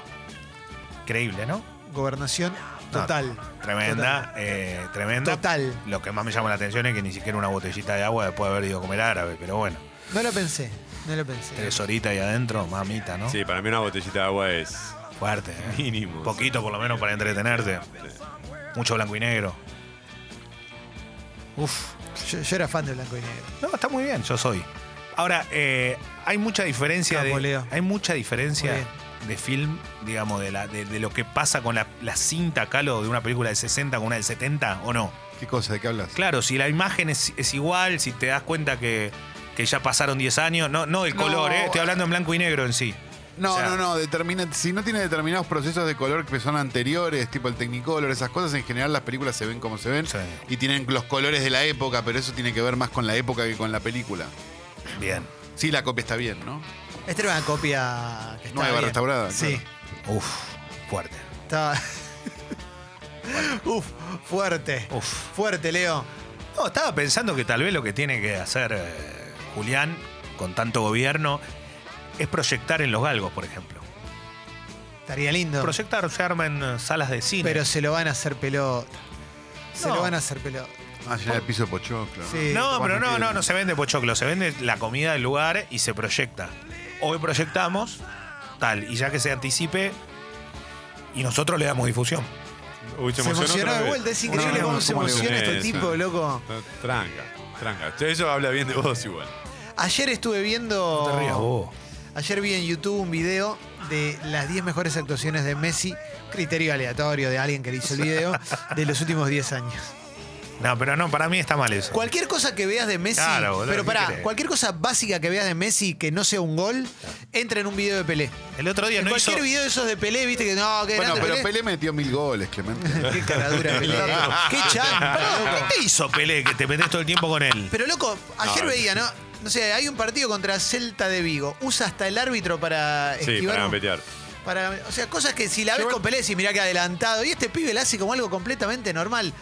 [SPEAKER 3] Increíble, ¿no?
[SPEAKER 1] Gobernación
[SPEAKER 3] No,
[SPEAKER 1] total.
[SPEAKER 3] Tremenda, eh, tremenda.
[SPEAKER 1] Total.
[SPEAKER 3] Lo que más me llama la atención es que ni siquiera una botellita de agua después de haber ido a comer árabe, pero bueno,
[SPEAKER 1] Total. No lo pensé, no lo pensé.
[SPEAKER 3] tres horitas ahí adentro, mamita, ¿no?
[SPEAKER 2] Sí, para mí una botellita de agua es.
[SPEAKER 3] Fuerte. ¿eh?
[SPEAKER 2] Mínimo.
[SPEAKER 3] Poquito por lo menos para entretenerte. Mucho blanco y negro. Uf.
[SPEAKER 1] Yo, yo era fan de Blanco y Negro.
[SPEAKER 3] No, está muy bien, yo soy. Ahora, eh, hay mucha diferencia
[SPEAKER 1] Capo,
[SPEAKER 3] de,
[SPEAKER 1] Ah, pues, Leo.
[SPEAKER 3] hay mucha
[SPEAKER 1] Muy
[SPEAKER 3] diferencia
[SPEAKER 1] bien.
[SPEAKER 3] de film, digamos, de, la, de, de lo que pasa con la, la cinta calo de una película de 60 con una de 70 o no.
[SPEAKER 4] ¿Qué cosa? ¿De qué hablas?
[SPEAKER 3] Claro, si la imagen es, es igual, si te das cuenta que, que ya pasaron 10 años, no, no el
[SPEAKER 4] No.
[SPEAKER 3] color, ¿eh? estoy hablando en blanco y negro en sí.
[SPEAKER 4] No,
[SPEAKER 3] O sea-
[SPEAKER 4] no, no. determina- si no tiene determinados procesos de color que son anteriores, tipo el Technicolor, esas cosas, en general las películas se ven como se ven
[SPEAKER 3] Sí.
[SPEAKER 4] y tienen los colores de la época, pero eso tiene que ver más con la época que con la película.
[SPEAKER 3] Bien.
[SPEAKER 4] Sí, la copia está bien, ¿no?
[SPEAKER 1] Esta Este era una copia que estaba
[SPEAKER 4] Nueva,
[SPEAKER 1] bien.
[SPEAKER 4] restaurada,
[SPEAKER 1] Sí,
[SPEAKER 3] Uf, fuerte.
[SPEAKER 1] estaba. Uf, fuerte.
[SPEAKER 3] Uf.
[SPEAKER 1] Fuerte, Leo.
[SPEAKER 3] No, estaba pensando que tal vez lo que tiene que hacer eh, Julián con tanto gobierno es proyectar en los galgos, por ejemplo.
[SPEAKER 1] Estaría lindo.
[SPEAKER 3] Proyectar se arma en eh, salas de cine.
[SPEAKER 1] Pero se lo van a hacer pelota. Se
[SPEAKER 3] No.
[SPEAKER 1] lo van a hacer pelota.
[SPEAKER 4] Ah, llenar el piso de pochoclo. ¿no?
[SPEAKER 1] Sí.
[SPEAKER 3] no, pero no,
[SPEAKER 4] piedra.
[SPEAKER 3] no, no se vende pochoclo, se vende la comida del lugar y se proyecta. Hoy proyectamos tal, y ya que se anticipe, y nosotros le damos difusión.
[SPEAKER 2] Uy,
[SPEAKER 1] Se emocionó
[SPEAKER 2] otra
[SPEAKER 1] de
[SPEAKER 2] vez.
[SPEAKER 1] vuelta. Es
[SPEAKER 4] No,
[SPEAKER 1] increíble
[SPEAKER 4] no,
[SPEAKER 1] cómo
[SPEAKER 4] no,
[SPEAKER 1] se
[SPEAKER 4] ¿cómo le
[SPEAKER 1] emociona este
[SPEAKER 2] gusta?
[SPEAKER 1] tipo, loco.
[SPEAKER 2] Tranca. Tranca. Eso habla bien de vos igual.
[SPEAKER 1] Ayer estuve viendo.
[SPEAKER 3] te rías vos.
[SPEAKER 1] Ayer vi en YouTube un video de las 10 mejores actuaciones de Messi, criterio aleatorio de alguien que le hizo el video, de los últimos 10 años.
[SPEAKER 3] No, pero no, para mí está mal eso.
[SPEAKER 1] Cualquier cosa que veas de Messi,
[SPEAKER 3] Claro, boludo,
[SPEAKER 1] pero
[SPEAKER 3] ¿qué
[SPEAKER 1] pará,
[SPEAKER 3] querés?
[SPEAKER 1] cualquier cosa básica que veas de Messi que no sea un gol, entra en un video de Pelé.
[SPEAKER 3] El otro día
[SPEAKER 1] En
[SPEAKER 3] no hizo.
[SPEAKER 1] cualquier video de esos de Pelé, viste que no, que
[SPEAKER 4] Bueno,
[SPEAKER 1] grande
[SPEAKER 4] pero
[SPEAKER 1] Pelé.
[SPEAKER 4] Pelé metió mil goles, Clemente.
[SPEAKER 1] Qué caradura Pelé. Qué chanta, loco.
[SPEAKER 3] Ah, Perdón, ¿Qué te hizo Pelé que te metes todo el tiempo con él?
[SPEAKER 1] Pero loco, ayer
[SPEAKER 2] No,
[SPEAKER 1] veía, ¿no? No sé, hay un partido contra Celta de Vigo. Usa hasta el árbitro para
[SPEAKER 2] Sí,
[SPEAKER 1] esquivar.
[SPEAKER 2] para
[SPEAKER 1] un-
[SPEAKER 2] petear.
[SPEAKER 1] para- o sea, cosas que si la ves con Pelé decís, mirá que adelantado. Y este pibe la hace como algo completamente normal.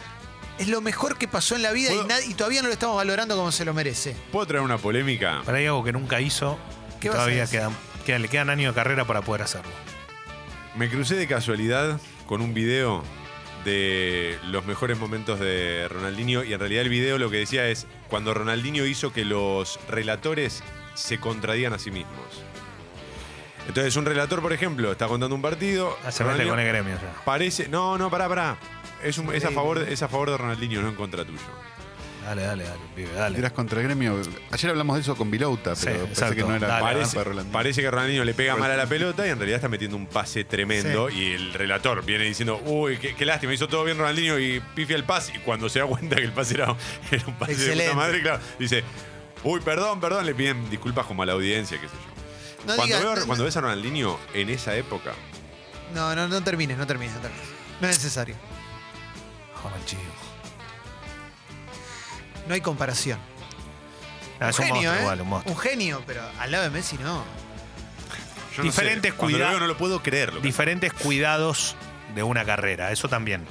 [SPEAKER 1] Es lo mejor que pasó en la vida y,
[SPEAKER 2] ¿Puedo?
[SPEAKER 1] nad- y todavía no lo estamos valorando como se lo merece.
[SPEAKER 2] ¿Puedo traer una polémica?
[SPEAKER 3] Para ahí algo que nunca hizo.
[SPEAKER 1] ¿Qué
[SPEAKER 3] Que
[SPEAKER 1] vas a
[SPEAKER 3] todavía
[SPEAKER 1] decir?
[SPEAKER 3] quedan, quedan- le quedan años de carrera para poder hacerlo.
[SPEAKER 2] Me crucé de casualidad con un video de los mejores momentos de Ronaldinho y en realidad el video lo que decía es cuando Ronaldinho hizo que los relatores se contradían a sí mismos. Entonces un relator, por ejemplo, está contando un partido.
[SPEAKER 1] Ah,
[SPEAKER 3] Hace Ah, mete
[SPEAKER 2] Ronaldinho
[SPEAKER 3] con el gremio. ya.
[SPEAKER 2] Parece... No, no, pará, pará. Es, un- es a favor, es a favor de Ronaldinho, no en contra tuyo.
[SPEAKER 3] Dale, dale, dale, pibe, dale.
[SPEAKER 4] Tirás contra el gremio. Ayer hablamos de eso con Vilauta,
[SPEAKER 3] Sí,
[SPEAKER 4] pero parece
[SPEAKER 3] exacto.
[SPEAKER 4] que no era
[SPEAKER 3] Dale,
[SPEAKER 2] Parece,
[SPEAKER 4] para Rolandino.
[SPEAKER 2] parece que Ronaldinho le pega mal a la pelota y en realidad está metiendo un pase tremendo. Y el relator viene diciendo, uy, qué, qué lástima, hizo todo bien Ronaldinho y pifia el pase. Y cuando se da cuenta que el pase era, era un pase de
[SPEAKER 1] Excelente.
[SPEAKER 2] puta madre, claro, dice, uy, perdón, perdón, le piden disculpas como a la audiencia, qué sé yo.
[SPEAKER 1] No
[SPEAKER 2] cuando,
[SPEAKER 1] digas-
[SPEAKER 2] veo-
[SPEAKER 1] no-
[SPEAKER 2] cuando ves a Ronaldinho en esa época,
[SPEAKER 1] No, no, no termines, no termines, no termines. No es necesario.
[SPEAKER 3] Joder, chico.
[SPEAKER 1] No hay comparación.
[SPEAKER 3] Ah, es un
[SPEAKER 1] genio,
[SPEAKER 3] monstruo
[SPEAKER 1] ¿eh?
[SPEAKER 3] igual, un monstruo.
[SPEAKER 1] Un genio, pero al lado de Messi no.
[SPEAKER 2] yo no
[SPEAKER 3] Diferentes
[SPEAKER 2] sé, cuando lo
[SPEAKER 3] cuida-
[SPEAKER 2] veo no lo puedo creer. lo que-
[SPEAKER 3] Diferentes cuidados de una carrera, eso también.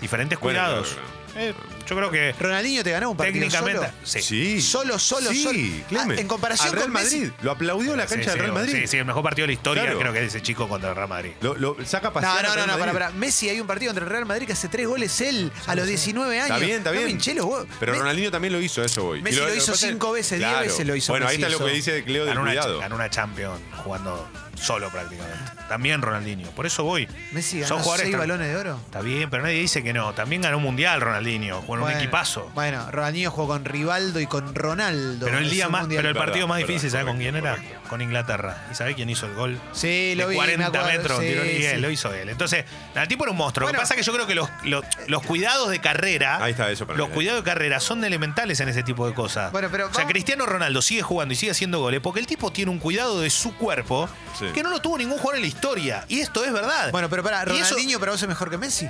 [SPEAKER 3] Diferentes
[SPEAKER 2] Bueno,
[SPEAKER 3] cuidados.
[SPEAKER 2] claro, claro.
[SPEAKER 3] Eh, yo creo que
[SPEAKER 1] Ronaldinho te ganó un partido
[SPEAKER 3] técnicamente.
[SPEAKER 1] solo.
[SPEAKER 3] Sí.
[SPEAKER 2] Sí.
[SPEAKER 1] Solo, solo,
[SPEAKER 2] sí,
[SPEAKER 1] solo.
[SPEAKER 2] Clemen.
[SPEAKER 1] Ah, en comparación
[SPEAKER 2] Al Real
[SPEAKER 1] con Messi.
[SPEAKER 2] Madrid. Lo aplaudió la
[SPEAKER 3] Sí,
[SPEAKER 2] cancha
[SPEAKER 3] sí,
[SPEAKER 2] del Real Madrid.
[SPEAKER 3] Sí, sí, el mejor partido de la historia
[SPEAKER 2] Claro.
[SPEAKER 3] creo que es ese chico contra el Real Madrid.
[SPEAKER 2] Lo, lo saca a
[SPEAKER 1] No,
[SPEAKER 2] pasear
[SPEAKER 1] no,
[SPEAKER 2] al
[SPEAKER 1] no,
[SPEAKER 2] Real
[SPEAKER 1] no, para,
[SPEAKER 2] Madrid.
[SPEAKER 1] para. Messi hay un partido entre el Real Madrid que hace tres goles él a los 19 años.
[SPEAKER 2] Está bien, está bien.
[SPEAKER 1] No, hinché los huevos.
[SPEAKER 2] Pero
[SPEAKER 1] Me-
[SPEAKER 2] Ronaldinho también lo hizo, eso voy.
[SPEAKER 1] Messi lo hizo
[SPEAKER 2] pasa es-
[SPEAKER 1] cinco veces, diez veces lo hizo
[SPEAKER 2] Bueno, ahí
[SPEAKER 1] Messi
[SPEAKER 2] está lo
[SPEAKER 1] eso.
[SPEAKER 2] que dice Cleo del
[SPEAKER 3] Ganó una,
[SPEAKER 2] cuidado.
[SPEAKER 3] ganó una Champions jugando solo prácticamente. También Ronaldinho. Por eso voy.
[SPEAKER 1] Messi
[SPEAKER 3] Son
[SPEAKER 1] ganó
[SPEAKER 3] jugadores
[SPEAKER 1] seis
[SPEAKER 3] tra-
[SPEAKER 1] balones de oro.
[SPEAKER 3] Está bien, pero nadie dice que no. También ganó un mundial Ronaldinho. Jugó en un
[SPEAKER 1] Bueno,
[SPEAKER 3] equipazo.
[SPEAKER 1] Bueno, Ronaldinho jugó con Rivaldo y con Ronaldo.
[SPEAKER 3] Pero el
[SPEAKER 1] en
[SPEAKER 3] día
[SPEAKER 1] su
[SPEAKER 3] más,
[SPEAKER 1] mundial.
[SPEAKER 3] pero el
[SPEAKER 2] Verdad,
[SPEAKER 3] partido más
[SPEAKER 2] verdad,
[SPEAKER 3] difícil, ¿sabes con quién
[SPEAKER 2] correcto,
[SPEAKER 3] era? Con Inglaterra. ¿Y sabés quién hizo el gol?
[SPEAKER 1] Sí, lo
[SPEAKER 3] de
[SPEAKER 1] vi, me
[SPEAKER 3] 40
[SPEAKER 1] acuerdo,
[SPEAKER 3] metros,
[SPEAKER 1] sí,
[SPEAKER 3] tiró Miguel,
[SPEAKER 1] sí.
[SPEAKER 3] lo hizo él. Entonces, el tipo era un monstruo. lo
[SPEAKER 1] Bueno.
[SPEAKER 3] que pasa es que yo creo que los, los, los cuidados de carrera.
[SPEAKER 2] Ahí está, eso para
[SPEAKER 3] Los
[SPEAKER 2] mí.
[SPEAKER 3] cuidados de carrera son elementales en ese tipo de cosas.
[SPEAKER 1] Bueno, pero
[SPEAKER 3] o sea,
[SPEAKER 1] vamos-
[SPEAKER 3] Cristiano Ronaldo sigue jugando y sigue haciendo goles porque el tipo tiene un cuidado de su cuerpo
[SPEAKER 2] Sí.
[SPEAKER 3] que no lo tuvo ningún jugador en la historia. Y esto es verdad.
[SPEAKER 1] Bueno, pero para,
[SPEAKER 3] Y eso-
[SPEAKER 1] Ronaldinho para vos es mejor que Messi.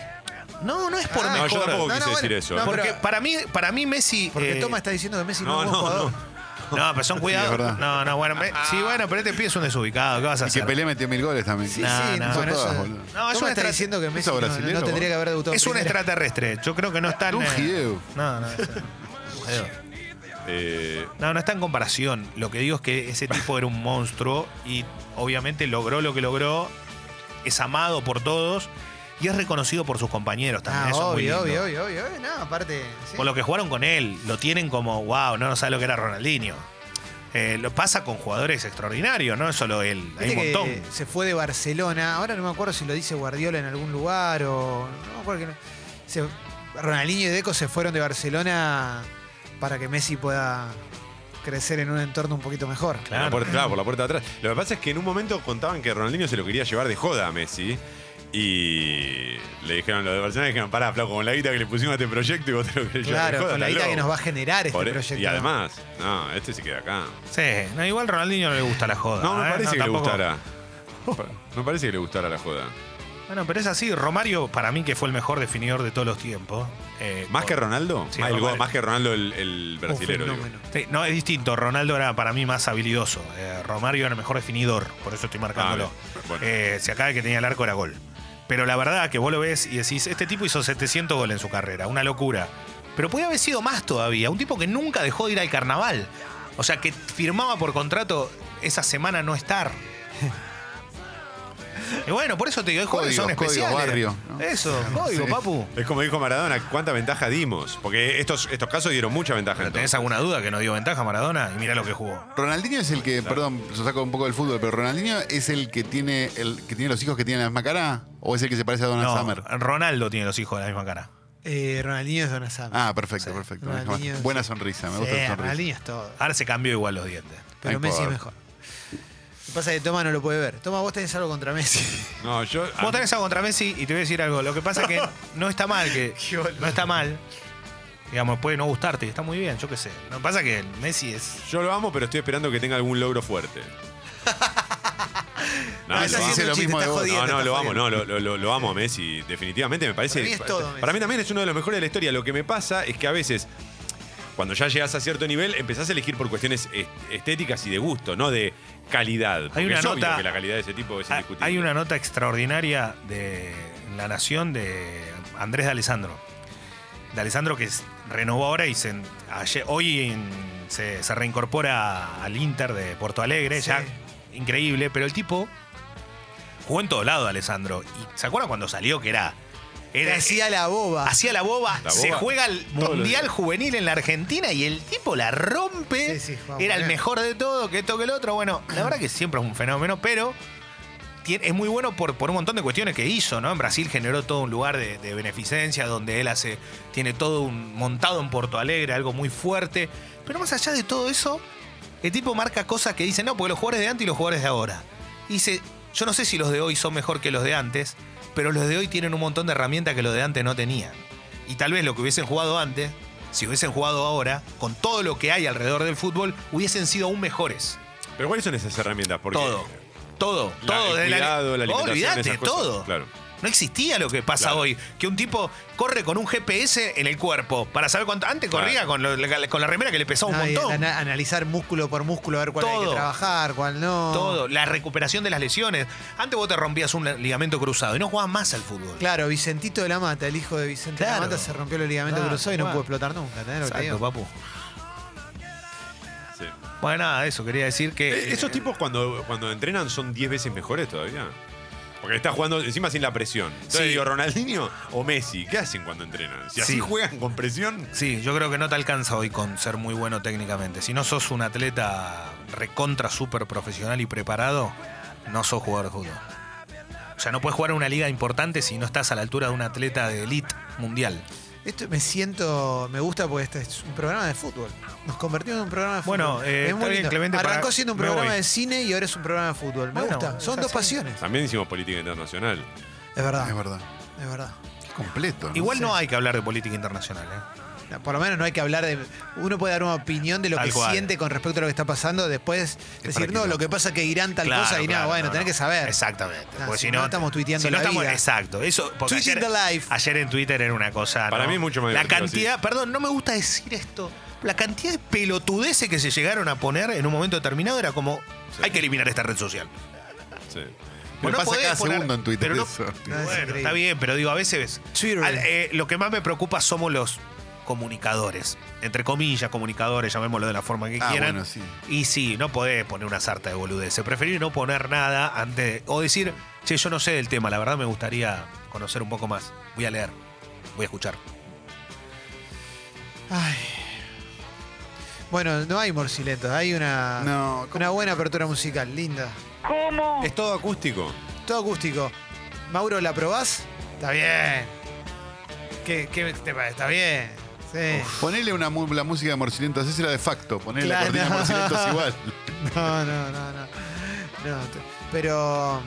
[SPEAKER 3] No, no es por
[SPEAKER 1] Ah,
[SPEAKER 2] No, yo
[SPEAKER 3] mejor.
[SPEAKER 2] tampoco
[SPEAKER 1] No,
[SPEAKER 2] quise
[SPEAKER 1] no,
[SPEAKER 2] decir
[SPEAKER 1] bueno,
[SPEAKER 2] eso.
[SPEAKER 1] no,
[SPEAKER 2] ¿eh?
[SPEAKER 3] porque
[SPEAKER 1] pero-
[SPEAKER 3] para mí, para mí Messi.
[SPEAKER 1] Porque
[SPEAKER 3] eh,
[SPEAKER 1] Toma está diciendo que Messi no,
[SPEAKER 2] No,
[SPEAKER 1] es un
[SPEAKER 2] no,
[SPEAKER 1] jugador.
[SPEAKER 2] no.
[SPEAKER 3] No, pero son
[SPEAKER 4] es
[SPEAKER 3] cuidados.
[SPEAKER 4] verdad.
[SPEAKER 3] no, no, bueno, me- sí, bueno, pero este pibe es un desubicado. ¿Qué vas a
[SPEAKER 4] Y que
[SPEAKER 3] hacer?
[SPEAKER 4] Pelé metió mil goles también.
[SPEAKER 1] Sí,
[SPEAKER 3] No,
[SPEAKER 1] sí,
[SPEAKER 3] no.
[SPEAKER 1] bueno,
[SPEAKER 4] Son todas,
[SPEAKER 1] eso-
[SPEAKER 4] boludo.
[SPEAKER 3] No, es
[SPEAKER 1] Toma
[SPEAKER 3] un
[SPEAKER 1] está
[SPEAKER 3] estra-
[SPEAKER 1] diciendo que Messi
[SPEAKER 4] ¿Eso
[SPEAKER 1] no- no,
[SPEAKER 4] brasilero, vos?
[SPEAKER 1] tendría que haber debutado.
[SPEAKER 3] Es un
[SPEAKER 1] primero.
[SPEAKER 3] extraterrestre. Yo creo que no está en.
[SPEAKER 4] Un
[SPEAKER 3] eh,
[SPEAKER 4] jideo.
[SPEAKER 3] No, no. No,
[SPEAKER 2] Eh,
[SPEAKER 3] no, no está en comparación. Lo que digo es que ese tipo era un monstruo y obviamente logró lo que logró. Es amado por todos y es reconocido por sus compañeros también.
[SPEAKER 1] Ah,
[SPEAKER 3] Eso es muy
[SPEAKER 1] obvio,
[SPEAKER 3] lindo.
[SPEAKER 1] obvio, obvio, obvio, obvio. No, aparte. sí.
[SPEAKER 3] Por lo que jugaron con él, lo tienen como, wow, no, no sabe lo que era Ronaldinho. Eh, lo pasa con jugadores extraordinarios, no es solo él, hay
[SPEAKER 1] Viste
[SPEAKER 3] un montón.
[SPEAKER 1] que Se fue de Barcelona. Ahora no me acuerdo si lo dice Guardiola en algún lugar o. No me acuerdo que no. Se- Ronaldinho y Deco se fueron de Barcelona para que Messi pueda crecer en un entorno un poquito mejor.
[SPEAKER 2] Por la
[SPEAKER 3] Claro.
[SPEAKER 2] puerta, claro, por la puerta de atrás. Lo que pasa es que en un momento contaban que Ronaldinho se lo quería llevar de joda a Messi. Y le dijeron lo de Barcelona, le dijeron, pará, flaco, con la guita que le pusimos a este proyecto y vos te lo querés llevar de
[SPEAKER 1] Claro,
[SPEAKER 2] joda.
[SPEAKER 1] con la
[SPEAKER 2] estás
[SPEAKER 1] idea que
[SPEAKER 2] loco".
[SPEAKER 1] nos va a generar este
[SPEAKER 2] Por e-
[SPEAKER 1] proyecto.
[SPEAKER 2] Y además, no, este se queda acá.
[SPEAKER 3] Sí, no, igual Ronaldinho no le gusta la joda.
[SPEAKER 2] No, me
[SPEAKER 3] ¿eh?
[SPEAKER 2] parece que le
[SPEAKER 3] tampoco-
[SPEAKER 2] gustara. No parece que le gustara la joda.
[SPEAKER 3] Bueno, pero es así. Romario, para mí, que fue el mejor definidor de todos los tiempos. eh,
[SPEAKER 2] ¿Más
[SPEAKER 3] con-
[SPEAKER 2] que Ronaldo?
[SPEAKER 3] Sí,
[SPEAKER 2] Ah, el go-
[SPEAKER 3] Romario.
[SPEAKER 2] más que Ronaldo el, el
[SPEAKER 1] Un
[SPEAKER 2] brasilero. digo.
[SPEAKER 1] fenómeno.
[SPEAKER 3] Sí, no, es distinto. Ronaldo era para mí más habilidoso. Eh, Romario era el mejor definidor, por eso estoy marcándolo.
[SPEAKER 2] Ah, bien. Bueno.
[SPEAKER 3] Eh, si acá el que tenía el arco era gol. Pero la verdad que vos lo ves y decís, este tipo hizo 700 goles en su carrera, una locura. Pero podía haber sido más todavía, un tipo que nunca dejó de ir al carnaval. O sea, que firmaba por contrato esa semana no estar. Y bueno, por eso te digo, hay jugadores que son
[SPEAKER 4] Códigos,
[SPEAKER 3] especiales.
[SPEAKER 4] códigos, barrio, ¿no?
[SPEAKER 3] Eso, código,
[SPEAKER 4] sí.
[SPEAKER 3] papu.
[SPEAKER 2] Es como dijo Maradona, ¿cuánta ventaja dimos? Porque estos, estos casos dieron mucha ventaja.
[SPEAKER 3] Pero tenés
[SPEAKER 2] entonces.
[SPEAKER 3] alguna duda que no dio ventaja Maradona y mira lo que jugó.
[SPEAKER 4] Ronaldinho es el que, perdón, yo saco un poco del fútbol, pero Ronaldinho es el que tiene
[SPEAKER 1] Ah,
[SPEAKER 4] el que tiene los hijos que tienen la misma cara o es el que se parece a Donald
[SPEAKER 3] No,
[SPEAKER 4] Summer.
[SPEAKER 3] Ronaldo tiene los hijos de la misma cara.
[SPEAKER 1] Eh, Ronaldinho es Don Asami.
[SPEAKER 4] Ah, perfecto, perfecto.
[SPEAKER 1] Ronaldinho es-
[SPEAKER 4] Buena sonrisa, me gusta
[SPEAKER 1] Sí,
[SPEAKER 4] la sonrisa.
[SPEAKER 1] Ronaldinho es todo.
[SPEAKER 3] Ahora se cambió igual los dientes.
[SPEAKER 1] Pero
[SPEAKER 4] Ay,
[SPEAKER 1] Messi es
[SPEAKER 4] por-
[SPEAKER 1] mejor. Lo que pasa es que Toma no lo puede ver. Toma, vos tenés algo contra Messi.
[SPEAKER 2] No, yo.
[SPEAKER 1] Ah.
[SPEAKER 2] a
[SPEAKER 3] Vos
[SPEAKER 2] mí-
[SPEAKER 3] tenés algo contra Messi y te voy a decir algo. Lo que pasa es que no está mal que.
[SPEAKER 1] Qué boludo.
[SPEAKER 3] No está mal. Digamos, puede no gustarte, está muy bien, yo qué sé. Lo que pasa es que Messi es.
[SPEAKER 2] Yo lo amo, pero estoy esperando que tenga algún logro fuerte. No,
[SPEAKER 1] Ah,
[SPEAKER 2] lo
[SPEAKER 1] está haciendo
[SPEAKER 2] amo.
[SPEAKER 4] Dice lo
[SPEAKER 1] un chiste,
[SPEAKER 4] mismo de
[SPEAKER 1] está
[SPEAKER 4] vos.
[SPEAKER 1] jodiendo,
[SPEAKER 2] No, no,
[SPEAKER 1] está
[SPEAKER 2] lo amo,
[SPEAKER 1] jodiendo.
[SPEAKER 2] no, lo, lo- lo amo a Messi, definitivamente. Me parece.
[SPEAKER 1] Para mí es todo Messi.
[SPEAKER 2] para mí también es uno de los mejores de la historia. Lo que me pasa es que a veces, cuando ya llegas a cierto nivel, empezás a elegir por cuestiones est- estéticas y de gusto, no de calidad. Porque
[SPEAKER 3] una
[SPEAKER 2] es obvio
[SPEAKER 3] nota-
[SPEAKER 2] que la calidad de ese tipo es
[SPEAKER 3] Ah,
[SPEAKER 2] indiscutible.
[SPEAKER 3] Hay una nota extraordinaria de en La Nación de Andrés de Alessandro. De Alessandro que es- renovó ahora y se, ayer- hoy en- se, se reincorpora al Inter de Porto Alegre.
[SPEAKER 1] Sí.
[SPEAKER 3] Ya increíble, pero el tipo jugó en todo lado, Alessandro. ¿Y se acuerdan cuando salió que era?
[SPEAKER 1] Le
[SPEAKER 3] Era eh,
[SPEAKER 1] hacía la boba.
[SPEAKER 3] Hacía la boba,
[SPEAKER 2] La
[SPEAKER 3] se
[SPEAKER 2] boba.
[SPEAKER 3] juega el
[SPEAKER 2] Todos los
[SPEAKER 3] Mundial
[SPEAKER 2] días.
[SPEAKER 3] Juvenil en la Argentina y el tipo la rompe.
[SPEAKER 1] Sí, sí, vamos,
[SPEAKER 3] Era el
[SPEAKER 1] bien.
[SPEAKER 3] mejor de todo, que esto que el otro. Bueno, la verdad que siempre es un fenómeno, pero tiene- es muy bueno por, por un montón de cuestiones que hizo, ¿no? En Brasil generó todo un lugar de, de beneficencia donde él hace, tiene todo un montado en Porto Alegre, algo muy fuerte. Pero más allá de todo eso, el tipo marca cosas que dicen, no, porque los jugadores de antes y los jugadores de ahora. Y Dice, yo no sé si los de hoy son mejor que los de antes, pero los de hoy tienen un montón de herramientas que los de antes no tenían. Y tal vez lo que hubiesen jugado antes, si hubiesen jugado ahora, con todo lo que hay alrededor del fútbol, hubiesen sido aún mejores.
[SPEAKER 2] Pero ¿cuáles son esas herramientas? Porque
[SPEAKER 3] Todo. Todo,
[SPEAKER 2] la-
[SPEAKER 3] todo.
[SPEAKER 2] el
[SPEAKER 3] desde
[SPEAKER 2] cuidado, la
[SPEAKER 3] Vos
[SPEAKER 2] alimentación,
[SPEAKER 3] olvidate,
[SPEAKER 2] esas cosas,
[SPEAKER 3] todo.
[SPEAKER 2] Claro.
[SPEAKER 3] No existía lo que pasa
[SPEAKER 2] Claro.
[SPEAKER 3] hoy, que un tipo corre con un GPS en el cuerpo para saber cuánto. Antes
[SPEAKER 2] Claro.
[SPEAKER 3] corría con, lo- con la remera que le pesaba un
[SPEAKER 1] No, y
[SPEAKER 3] montón.
[SPEAKER 1] ana- analizar músculo por músculo, a ver cuál hay que
[SPEAKER 3] Todo.
[SPEAKER 1] trabajar, cuál no.
[SPEAKER 3] Todo, la recuperación de las lesiones. Antes vos te rompías un ligamento cruzado y no jugabas más al fútbol.
[SPEAKER 1] Claro, Vicentito de la Mata, el hijo de Vicente de la
[SPEAKER 3] Claro.
[SPEAKER 1] Mata, se rompió el ligamento
[SPEAKER 3] Claro,
[SPEAKER 1] cruzado y no
[SPEAKER 3] claro.
[SPEAKER 1] pudo explotar nunca. ¿entendés lo que te
[SPEAKER 3] Exacto,
[SPEAKER 1] digo?
[SPEAKER 3] papu.
[SPEAKER 2] Sí.
[SPEAKER 3] Bueno, nada, eso quería decir que.
[SPEAKER 2] Eh, ¿Esos tipos cuando, cuando entrenan son 10 veces mejores todavía? Porque está jugando encima sin la presión. Entonces
[SPEAKER 3] Sí.
[SPEAKER 2] digo, Ronaldinho o Messi, ¿qué hacen cuando entrenan? Si así
[SPEAKER 3] Sí.
[SPEAKER 2] juegan con presión,
[SPEAKER 3] Sí, yo creo que no te alcanza hoy con ser muy bueno técnicamente. Si no sos un atleta recontra súper profesional y preparado, no sos jugador de fútbol. O sea, no puedes jugar en una liga importante si no estás a la altura de un atleta de elite mundial.
[SPEAKER 1] Esto me siento, me gusta porque este es un programa de fútbol. Nos convertimos en un programa de fútbol.
[SPEAKER 3] Bueno, eh,
[SPEAKER 1] es
[SPEAKER 3] está
[SPEAKER 1] muy
[SPEAKER 3] bien,
[SPEAKER 1] lindo.
[SPEAKER 3] Clemente, para-
[SPEAKER 1] Arrancó siendo un
[SPEAKER 3] me
[SPEAKER 1] programa
[SPEAKER 3] voy.
[SPEAKER 1] de cine y ahora es un programa de fútbol. Me
[SPEAKER 3] Bueno,
[SPEAKER 1] gusta. Son
[SPEAKER 3] es
[SPEAKER 1] dos
[SPEAKER 3] así.
[SPEAKER 1] pasiones.
[SPEAKER 2] también hicimos política internacional.
[SPEAKER 1] Es verdad,
[SPEAKER 4] Es verdad.
[SPEAKER 1] es verdad.
[SPEAKER 4] Completo. ¿no?
[SPEAKER 3] Igual no hay que hablar de política internacional. ¿eh?
[SPEAKER 1] No, Por lo menos no hay que hablar de. Uno puede dar una opinión de lo
[SPEAKER 3] Tal
[SPEAKER 1] que
[SPEAKER 3] cual.
[SPEAKER 1] siente con respecto a lo que está pasando. Después decir, no,
[SPEAKER 4] práctico.
[SPEAKER 1] lo que pasa es que Irán tal
[SPEAKER 3] Claro,
[SPEAKER 1] cosa y nada,
[SPEAKER 3] claro,
[SPEAKER 1] bueno,
[SPEAKER 3] no,
[SPEAKER 1] tenés
[SPEAKER 3] no.
[SPEAKER 1] que saber.
[SPEAKER 3] Exactamente.
[SPEAKER 1] Ah,
[SPEAKER 3] porque
[SPEAKER 1] si
[SPEAKER 3] si
[SPEAKER 1] no
[SPEAKER 3] no,
[SPEAKER 1] estamos tuiteando
[SPEAKER 3] si no
[SPEAKER 1] la
[SPEAKER 3] estamos-
[SPEAKER 1] vida.
[SPEAKER 3] Exacto. Eso, porque
[SPEAKER 1] Tweeting
[SPEAKER 3] ayer,
[SPEAKER 1] the life.
[SPEAKER 3] ayer en Twitter era una cosa.
[SPEAKER 2] Para
[SPEAKER 3] ¿no?
[SPEAKER 2] mí es mucho más
[SPEAKER 3] La
[SPEAKER 2] divertido
[SPEAKER 3] cantidad, perdón, no me gusta decir esto. La cantidad de pelotudeces que se llegaron a poner en un momento determinado era como:
[SPEAKER 2] Sí.
[SPEAKER 3] hay que eliminar esta red social.
[SPEAKER 2] Sí.
[SPEAKER 4] Me
[SPEAKER 3] Vos no
[SPEAKER 4] pasa
[SPEAKER 3] podés
[SPEAKER 4] cada
[SPEAKER 3] poner-
[SPEAKER 4] segundo en Twitter
[SPEAKER 3] pero no-
[SPEAKER 4] eso.
[SPEAKER 1] No, es
[SPEAKER 3] bueno,
[SPEAKER 1] increíble.
[SPEAKER 3] está bien, pero digo, a veces
[SPEAKER 1] Twitter.
[SPEAKER 3] al- eh, lo que más me preocupa somos los comunicadores, entre comillas, comunicadores, llamémoslo de la forma que
[SPEAKER 4] Ah,
[SPEAKER 3] quieran.
[SPEAKER 4] bueno, sí.
[SPEAKER 3] Y sí, no podés poner una sarta de boludeces. Preferir no poner nada antes de- o decir, che, yo no sé del tema, la verdad me gustaría conocer un poco más. Voy a leer, voy a escuchar.
[SPEAKER 1] Ay. Bueno, no hay morciletos, hay una,
[SPEAKER 4] No, ¿cómo?
[SPEAKER 1] una buena apertura musical, linda.
[SPEAKER 3] Oh.
[SPEAKER 2] ¿Es todo acústico?
[SPEAKER 1] Todo acústico. Mauro, ¿la probás? Está bien. ¿Qué, qué te parece? Está bien. Sí.
[SPEAKER 4] Ponele una mu- la música de Morcilientos, esa era de facto. Ponele
[SPEAKER 1] Claro.
[SPEAKER 4] la cortina de Morcilientos igual.
[SPEAKER 1] No, no, no, no. No, te- pero.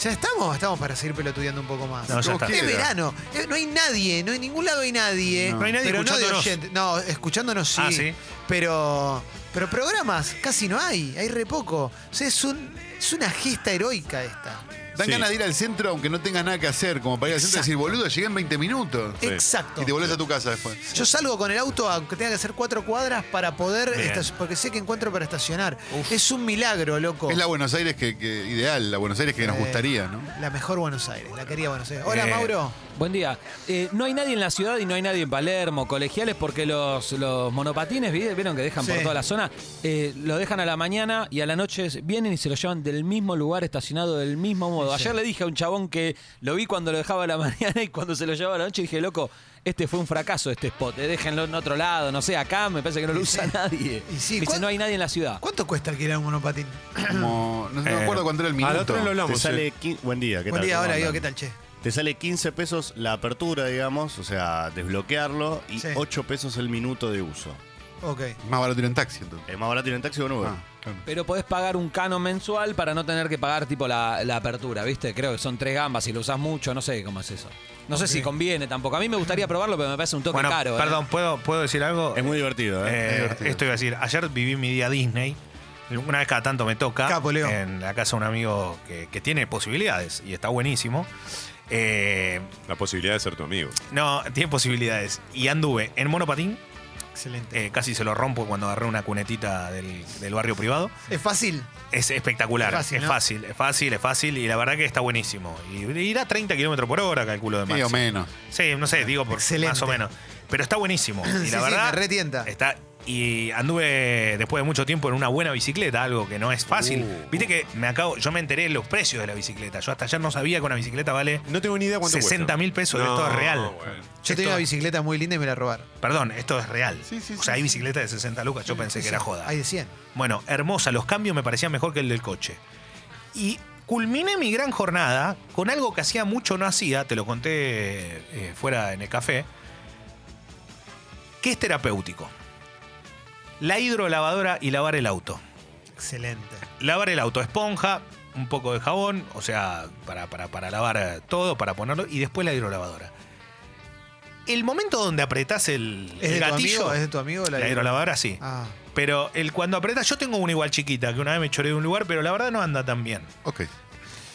[SPEAKER 1] ¿Ya estamos? Estamos para seguir pelotudeando un poco más.
[SPEAKER 3] No, ya está.
[SPEAKER 1] Es verano, eh, no hay nadie, no en ningún lado hay nadie.
[SPEAKER 4] No. No
[SPEAKER 3] hay nadie
[SPEAKER 1] pero no de
[SPEAKER 3] escuchándonos.
[SPEAKER 1] oyente. No, escuchándonos sí.
[SPEAKER 3] Ah, ¿sí?
[SPEAKER 1] Pero, pero programas casi no hay, hay re poco. O sea, es, un, es una gesta heroica esta.
[SPEAKER 4] Dan
[SPEAKER 2] Sí.
[SPEAKER 4] ganas de ir al centro aunque no tengas nada que hacer, como para ir al centro y decir, boludo, llegué en 20 minutos.
[SPEAKER 2] Sí.
[SPEAKER 1] Exacto.
[SPEAKER 4] Y te volvés a tu casa después.
[SPEAKER 1] Yo salgo con el auto, aunque tenga que hacer cuatro cuadras, para poder
[SPEAKER 3] Bien.
[SPEAKER 1] estac- porque sé que encuentro para estacionar. Es un milagro, loco.
[SPEAKER 4] Es la Buenos Aires que, que- ideal, la Buenos Aires que nos
[SPEAKER 1] Eh,
[SPEAKER 4] gustaría, ¿no?
[SPEAKER 1] La mejor Buenos Aires, la quería Buenos Aires. Hola,
[SPEAKER 3] Eh.
[SPEAKER 1] Mauro.
[SPEAKER 5] Buen día. Eh, no hay nadie en la ciudad y no hay nadie en Palermo, colegiales, porque los, los monopatines, ¿vi- vieron que dejan por
[SPEAKER 1] Sí.
[SPEAKER 5] toda la zona, eh, lo dejan a la mañana y a la noche s- vienen y se lo llevan del mismo lugar, estacionado del mismo modo. Ayer le dije a un chabón que lo vi cuando lo dejaba a la mañana y cuando se lo llevaba a la noche dije, loco, este fue un fracaso, este spot, eh, déjenlo en otro lado, no sé, acá me parece que no lo usa nadie.
[SPEAKER 1] Y sí,
[SPEAKER 5] Me dice,
[SPEAKER 1] ¿cuán-
[SPEAKER 5] no hay nadie en la ciudad.
[SPEAKER 1] ¿Cuánto cuesta alquilar un monopatín?
[SPEAKER 4] Como, no, sé, no me
[SPEAKER 3] Eh,
[SPEAKER 4] acuerdo cuánto era el
[SPEAKER 2] A la
[SPEAKER 4] minuto.
[SPEAKER 2] otra vez lo hablamos.
[SPEAKER 6] Te sale
[SPEAKER 2] eh.
[SPEAKER 6] quin- Buen día, ¿qué
[SPEAKER 1] Buen
[SPEAKER 6] tal?
[SPEAKER 1] día,
[SPEAKER 6] ¿Cómo
[SPEAKER 1] hola,
[SPEAKER 6] andan?
[SPEAKER 1] Guido, ¿qué tal, che?
[SPEAKER 6] Te sale 15 pesos la apertura, digamos, o sea, desbloquearlo, y
[SPEAKER 1] Sí.
[SPEAKER 6] 8 pesos el minuto de uso.
[SPEAKER 1] Ok.
[SPEAKER 4] Más barato ir en taxi, entonces.
[SPEAKER 6] Es más barato ir en taxi o en Uber.
[SPEAKER 4] Ah, claro.
[SPEAKER 5] Pero podés pagar un cano mensual para no tener que pagar tipo la, la apertura, ¿viste? Creo que son tres gambas, si lo usás mucho, no sé cómo es eso. No sé si conviene tampoco. A mí me gustaría probarlo, pero me parece un toque
[SPEAKER 3] Bueno,
[SPEAKER 5] caro. ¿eh?
[SPEAKER 3] perdón, ¿puedo, ¿puedo decir algo?
[SPEAKER 6] Es muy divertido, ¿eh?
[SPEAKER 3] Eh, esto iba a decir, ayer viví mi día Disney. Una vez cada tanto me toca
[SPEAKER 1] Capo, Leo.
[SPEAKER 3] en la casa de un amigo que, que tiene posibilidades y está buenísimo. Eh,
[SPEAKER 2] La posibilidad de ser tu amigo.
[SPEAKER 3] no, tiene posibilidades. Y anduve en monopatín,
[SPEAKER 1] Excelente.
[SPEAKER 3] eh, casi se lo rompo cuando agarré una cunetita del, del barrio privado.
[SPEAKER 1] Es fácil.
[SPEAKER 3] Es espectacular,
[SPEAKER 1] Es
[SPEAKER 3] es
[SPEAKER 1] fácil,
[SPEAKER 3] fácil,
[SPEAKER 1] ¿no?
[SPEAKER 3] es fácil, es fácil, y la verdad que está buenísimo. Y irá a 30 kilómetros por hora, calculo de
[SPEAKER 4] Sí, o
[SPEAKER 3] máximo.
[SPEAKER 4] menos.
[SPEAKER 3] Sí, no sé, digo por
[SPEAKER 1] Excelente.
[SPEAKER 3] más o menos. Pero está buenísimo. Y la
[SPEAKER 1] Sí, sí,
[SPEAKER 3] verdad.
[SPEAKER 1] me retienta.
[SPEAKER 3] Está. Y anduve después de mucho tiempo en una buena bicicleta, algo que no es fácil.
[SPEAKER 1] Uh.
[SPEAKER 3] Viste que me acabo, yo me enteré de los precios de la bicicleta. Yo hasta ayer no sabía que una bicicleta vale.
[SPEAKER 2] No tengo ni idea cuánto
[SPEAKER 3] 60 mil pesos, esto es real.
[SPEAKER 1] Yo tenía
[SPEAKER 3] Esto-
[SPEAKER 1] una bicicleta muy linda y me la robaron.
[SPEAKER 3] Perdón, esto es real.
[SPEAKER 4] Sí, sí,
[SPEAKER 3] o
[SPEAKER 4] sí,
[SPEAKER 3] sea, hay
[SPEAKER 4] sí.
[SPEAKER 3] bicicletas de 60 lucas, yo pensé que era joda.
[SPEAKER 1] Hay de 100.
[SPEAKER 3] Bueno, hermosa, los cambios me parecían mejor que el del coche. Y culminé mi gran jornada con algo que hacía mucho no hacía, te lo conté eh, fuera en el café, que es terapéutico. La hidrolavadora y lavar el auto.
[SPEAKER 1] Excelente.
[SPEAKER 3] Lavar el auto, esponja, un poco de jabón, o sea, para, para- para lavar todo, para ponerlo, y después la hidrolavadora. El momento donde apretás el,
[SPEAKER 1] ¿Es
[SPEAKER 3] el
[SPEAKER 1] de tu
[SPEAKER 3] gatillo,
[SPEAKER 1] amigo? ¿Es de tu amigo?
[SPEAKER 3] la hidrolavadora sí.
[SPEAKER 1] Ah,
[SPEAKER 3] Pero el cuando apretas, yo tengo una igual chiquita, que una vez me choré de un lugar, pero la verdad no anda tan bien.
[SPEAKER 4] Ok.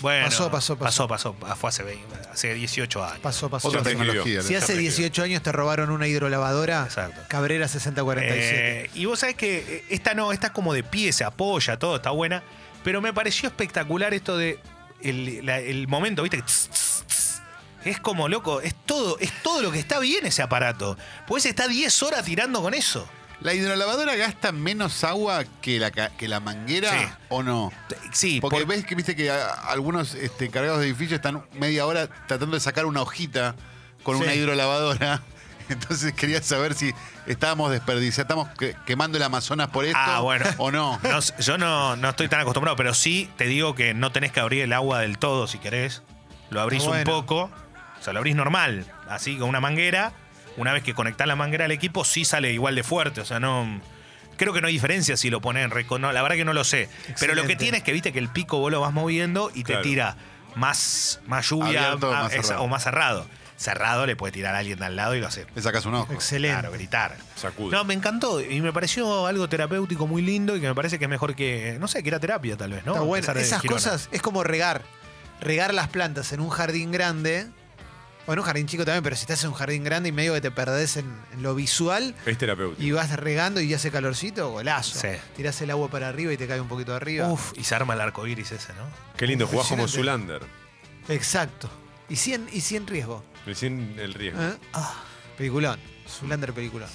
[SPEAKER 3] Bueno,
[SPEAKER 1] Pasó, pasó, pasó.
[SPEAKER 3] pasó. Pasó, Ah, Fue hace, 20, hace 18 años.
[SPEAKER 1] pasó, pasó.
[SPEAKER 4] Otra
[SPEAKER 2] te escribió.
[SPEAKER 4] tecnología.
[SPEAKER 1] Si hace 18 años te robaron una hidrolavadora,
[SPEAKER 3] Exacto.
[SPEAKER 1] Cabrera 6047.
[SPEAKER 3] Eh, y vos sabés que eh, esta no, esta es como de pie, se apoya, todo está buena. Pero me pareció espectacular esto de el, la- el momento, viste, que tss, tss, tss. es como loco, es todo, es todo lo que está bien ese aparato. Pues está 10 horas tirando con eso.
[SPEAKER 4] ¿La hidrolavadora gasta menos agua que la, ca- que la manguera
[SPEAKER 3] Sí.
[SPEAKER 4] o no?
[SPEAKER 3] Sí,
[SPEAKER 4] Porque
[SPEAKER 3] por-
[SPEAKER 4] ves que viste que a- algunos este, cargados de edificios están media hora tratando de sacar una hojita con una hidrolavadora. Entonces quería saber si estábamos desperdiciando, estamos que- quemando el Amazonas por esto
[SPEAKER 3] Ah, bueno.
[SPEAKER 4] o no.
[SPEAKER 3] No, s- yo no, no estoy tan acostumbrado, pero sí te digo que no tenés que abrir el agua del todo si querés. Lo abrís
[SPEAKER 4] Ah,
[SPEAKER 1] Está
[SPEAKER 3] un
[SPEAKER 1] bueno.
[SPEAKER 3] poco, o sea, lo abrís normal, así con una manguera. Una vez que conectás la manguera al equipo, sí sale igual de fuerte, o sea, no. Creo que no hay diferencia si lo ponen reco- no, la verdad que no lo sé. Pero lo que
[SPEAKER 1] Excelente.
[SPEAKER 3] tiene es que viste que el pico vos lo vas moviendo y
[SPEAKER 2] Claro.
[SPEAKER 3] te tira más, más lluvia
[SPEAKER 4] Abierto o
[SPEAKER 3] ah,
[SPEAKER 4] más
[SPEAKER 3] esa-
[SPEAKER 4] cerrado.
[SPEAKER 3] o más cerrado. Cerrado le puede tirar a alguien de al lado y lo hace.
[SPEAKER 4] Le sacas un ojo.
[SPEAKER 1] Excelente.
[SPEAKER 3] Claro, gritar.
[SPEAKER 2] Sacude.
[SPEAKER 3] No, me encantó y me pareció algo terapéutico muy lindo y que me parece que es mejor que, no sé, que era terapia tal vez, ¿no?
[SPEAKER 1] Está
[SPEAKER 3] A
[SPEAKER 1] bueno.
[SPEAKER 3] pesar de
[SPEAKER 1] Esas
[SPEAKER 3] Girona.
[SPEAKER 1] cosas es como regar. Regar las plantas en un jardín grande. O en un jardín chico también, pero si estás en un jardín grande y medio que te perdés en, en lo visual
[SPEAKER 2] Es terapéutico.
[SPEAKER 1] y vas regando y hace calorcito, golazo.
[SPEAKER 3] Sí.
[SPEAKER 1] Tirás el agua para arriba y te cae un poquito arriba.
[SPEAKER 3] Uf, y se arma el arco iris ese, ¿no?
[SPEAKER 2] Qué lindo, jugás como
[SPEAKER 1] Impresionante.
[SPEAKER 2] Zulander.
[SPEAKER 1] Exacto. Y 100 y 100 riesgo.
[SPEAKER 2] Recién el riesgo.
[SPEAKER 1] Ah, ¿Eh? Peliculón. Zulander peliculón.